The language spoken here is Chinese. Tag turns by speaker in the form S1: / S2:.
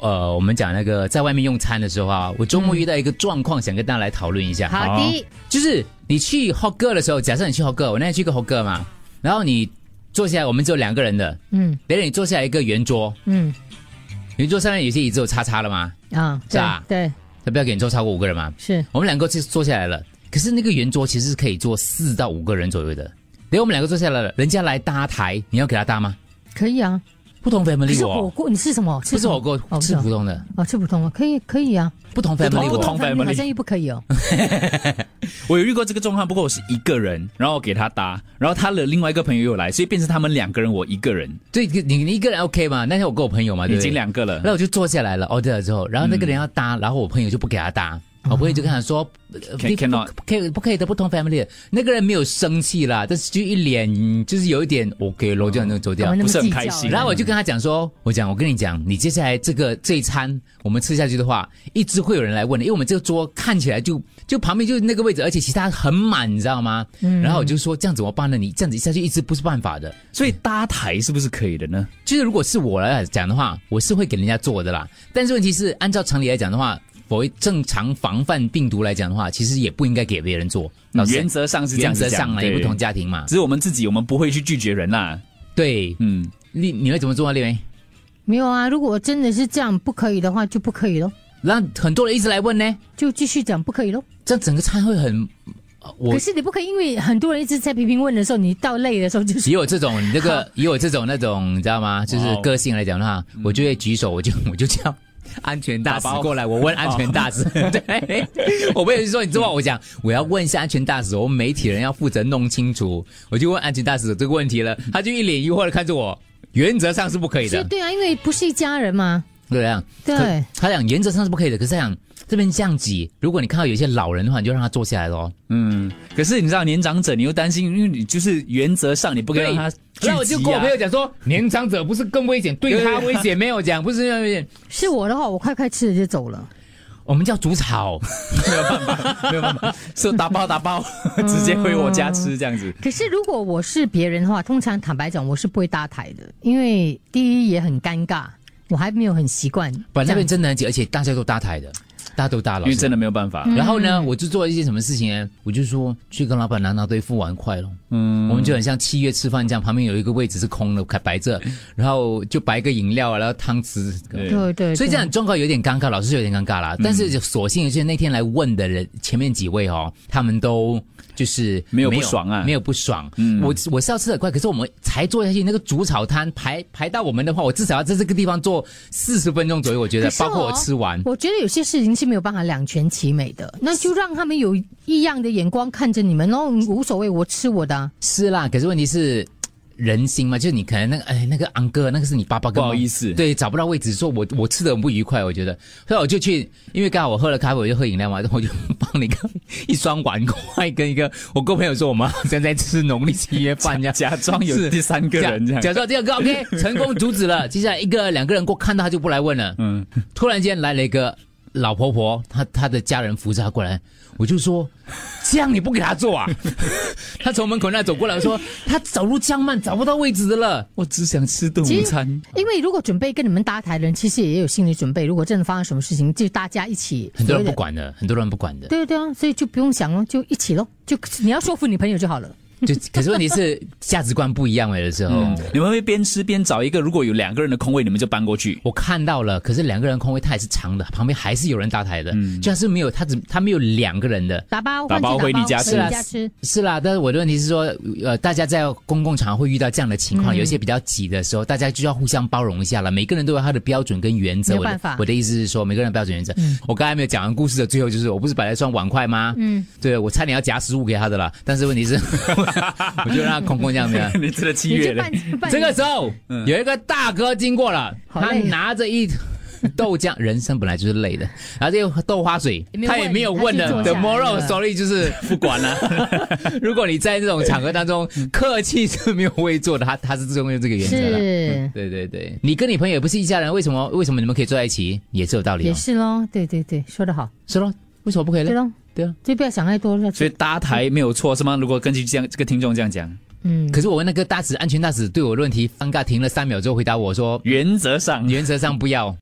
S1: 呃，我们讲那个在外面用餐的时候啊，我周末遇到一个状况，想跟大家来讨论一下。
S2: 嗯好的，
S1: 就是你去 h o g 的时候，假设你去 h o g 我那天去个 h o g 嘛，然后你坐下来，我们只有两个人的，
S2: 嗯
S1: 别人你坐下来一个圆桌，
S2: 嗯
S1: 圆桌上面有些椅子有叉叉了嘛，
S2: 啊，
S1: 是啊
S2: 对对
S1: 他不要给你坐超过五个人嘛，
S2: 是，
S1: 我们两个就坐下来了，可是那个圆桌其实是可以坐四到五个人左右的，连我们两个坐下来了，人家来搭台，你要给他搭吗？
S2: 可以啊。
S1: 不同
S2: 可
S1: family
S2: 是火
S1: 我
S2: 锅，你吃什么？
S1: 不
S2: 吃
S1: 是
S2: 什么
S1: 火锅
S2: 哦，不
S1: 吃
S2: 是
S1: 普通的，
S2: 哦，吃普通啊，可以可以啊。
S1: 不同 family 哦
S2: 不
S1: 我。
S2: 同
S3: family
S2: 好像又不可以哦。
S3: 我有遇过这个状况，不过我是一个人，然后我给他搭，然后他的另外一个朋友又来，所以变成他们两个人，我一个人，啊
S1: 对，你你一个人 OK 嘛？那天我跟我朋友嘛，对
S3: 已
S1: 不对
S3: 经两个嗯了
S1: 然。后我就坐下来了，order 了之后，然后那个人要搭，然后我朋友就不给他搭，我朋友就跟他说，呃
S3: 嗯 Can-
S1: 你
S3: cannot
S1: 不可以不可以的，不同 family 的。那个人没有生气啦，但是就一脸就是有一点 OK 咯，就能走
S2: 干
S1: 掉
S2: 哦嘛那。么
S3: 不是很
S2: 计较啊
S3: 开心
S2: 呢
S1: 然后我就跟他讲说，我讲我跟你讲，你接下来这个这一餐我们吃下去的话，一直会有人来问的，因为我们这个桌看起来就就旁边就是那个位置，而且其他很满，你知道吗？
S3: 嗯
S1: 然后我就说这样怎么办呢？你这样子一下去一直不是办法的。
S3: 所以搭台是不是可以的呢？
S1: 就是如果是我来讲的话，我是会给人家做的啦。但是问题是，按照常理来讲的话，我为正常防范病毒来讲的话，其实也不应该给别人做。老实
S3: 原则上是这样
S1: 原
S3: 子
S1: 则
S3: 讲
S1: 上呢，也
S3: 对
S1: 不同家庭嘛。
S3: 只是我们自己，我们不会去拒绝人啦。
S1: 对，
S3: 嗯，
S1: 你你会怎么做啊，丽梅？
S2: 没有啊，如果真的是这样不可以的话，就不可以咯，
S1: 那很多人一直来问呢，
S2: 就继续讲不可以咯。
S1: 这样整个餐会很，呃我
S2: 可是你不可以，因为很多人一直在批评问的时候，你到累的时候就
S1: 也
S2: 是。
S1: 有这种那个，也有这种那种，你知道吗？就是
S3: 哇哦
S1: 个性来讲的话，我就会举手，我就我就叫安全大使
S3: 打包哦
S1: 过来，我问安全大使。 对，我不是说你知道吗，我讲我要问一下安全大使，我们媒体人要负责弄清楚，我就问安全大使这个问题了，他就一脸疑惑的看着我。原则上是不可以
S2: 所以
S1: 的，
S2: 对啊，因为不是一家人嘛。
S1: 对不对？
S2: 对，
S1: 可他讲原则上是不可以的，可是他讲这边这样挤，如果你看到有一些老人的话，你就让他坐下来咯。
S3: 嗯，可是你知道年长者，你又担心，因为你就是原则上你不可以让他聚
S1: 然后我就
S3: 集
S1: 跟我
S3: 啊
S1: 朋。友讲 说，年长者不是更危险，对他危险没有讲，不是危险。
S2: 是我的话，我快快吃了就走了。
S1: 我们叫煮草，
S3: 没有办法，是打包 打包，直接回我家吃这样
S1: 嗯
S3: 子。
S2: 可是如果我是别人的话，通常坦白讲，我是不会搭台的，因为第一也很尴尬，我还没有很习惯。
S1: 本来那边
S2: 这样
S1: 真的很挤，而且大家都搭台的，大家都搭老
S3: 因为真
S1: 的。
S3: 的没有办法，
S1: 然后呢，我就做了一些什么事情呢？我就说去跟老板拿拿对付碗筷咯。嗯，我们就很像七月吃饭这样，旁边有一个位置是空的，摆摆着，然后就摆一个饮料啊，然后汤匙。
S3: 对嗯
S2: 对对，
S1: 所以这
S2: 对
S1: 样状况有点尴尬，老师有点尴尬啦。但是所幸的是那天来问的人，前面几位哦，他们都就是
S3: 没有不爽啊
S1: 没有不爽。我我是要吃的快，可是我们才坐下去那个煮草摊排排到我们的话，我至少要在这个地方坐四十分钟左右，我觉得
S2: 可，是哦
S1: 包括我吃完。
S2: 我觉得有些事情是没有办法两全其美的，那就让他们有异样的眼光看着你们，然后无所谓，我吃我的啊、
S1: 是啦，可是问题是。人心嘛，就是你可能那个哎，那个昂哥，那个是你爸爸跟
S3: 不
S1: 妈，
S3: 好意思啊
S1: 对，找不到位置，说我我吃的很不愉快，我觉得，所以我就去，因为刚好我喝了咖啡，我就喝饮料嘛，然后我就 放了一个一双碗筷跟一个，我跟朋友说我们好像在吃农历七月饭一样，
S3: 假装有
S1: 是
S3: 第三个人这
S1: 假
S3: 样。
S1: 装第二个 OK 成功阻止了，接下来一个两个人过看到他就不来 问了，嗯，突然间来了一个老婆婆，她她的家人扶着她过来，我就说这样你不给她坐啊？ 她从门口那走过来，我说她走路这样慢，找不到位置的了。
S3: 我只想吃顿
S2: 其
S3: 午
S2: 实
S3: 餐，
S2: 因为如果准备跟你们搭台的人，其实也有心理准备，如果真的发生什么事情，就大家一起。
S1: 很多人
S2: 所谓的
S1: 不。管的，很多人不管的。
S2: 对对啊，所以就不用想了，就一起咯，就你要说服你朋友就好了。
S1: 就可是问题是价值观不一样了的时候，
S3: 哦
S2: 嗯
S3: 你们会边吃边找一个，如果有两个人的空位，你们就搬过去。
S1: 我看到了，可是两个人空位它也是长的，旁边还是有人搭台的，
S2: 嗯
S1: 就算是没有他只他没有两个人的。
S2: 打包，
S3: 打
S2: 换
S3: 包
S2: 去
S3: 回你家
S2: 回
S3: 吃
S2: 你家吃。
S1: 是啦，但是我的问题是说，呃，大家在公共场合会遇到这样的情
S2: 嗯
S1: 况，有一些比较挤的时候，大家就要互相包容一下了。每个人都有他的标准跟原则。
S2: 没有
S1: 我的
S2: 办法嗯
S1: 我的意思是说，每个人的标准原则。我刚才没有讲完故事的最后，就是我不是摆了一双碗筷吗？嗯，对，我差点要夹食物给他的啦，但是问题是， 我就让他空空这样子。啊
S3: 你吃了七
S2: 你
S3: 月
S2: 就
S3: 了
S2: 办，办
S1: 这个时候、有一个大哥经过了，
S2: 嗯好
S1: 他
S2: 累啊
S1: 拿着一 豆浆，人生本来就是累的，然后这个豆花水
S2: 也没，有
S1: 他
S2: 问
S1: 也没有问
S2: 他
S1: 的。
S2: 就坐下
S1: The
S2: 来了
S1: moral story 就是，
S3: 不管了。
S1: 如果你在这种场合当 中客气是没有位坐的，他他是用这个原则的。
S2: 是
S1: 嗯对啊对对，你跟你朋友也不是一家人，为什么为什么你们可以坐在一起也是有道理
S2: 也
S1: 哦，
S2: 是咯，对对对，说得好，
S1: 是咯？为什么不可以
S2: 对
S1: 呢？
S2: 咯，
S1: 对啊。
S2: 就不要想太多了。
S3: 所以搭台没有错是吗？如果根据这样这个听众这样讲，
S2: 嗯，
S1: 可是我问那个大使安全大使对我的问题尴尬停了三秒之后回答我说，
S3: 原则上
S1: 原则上不要。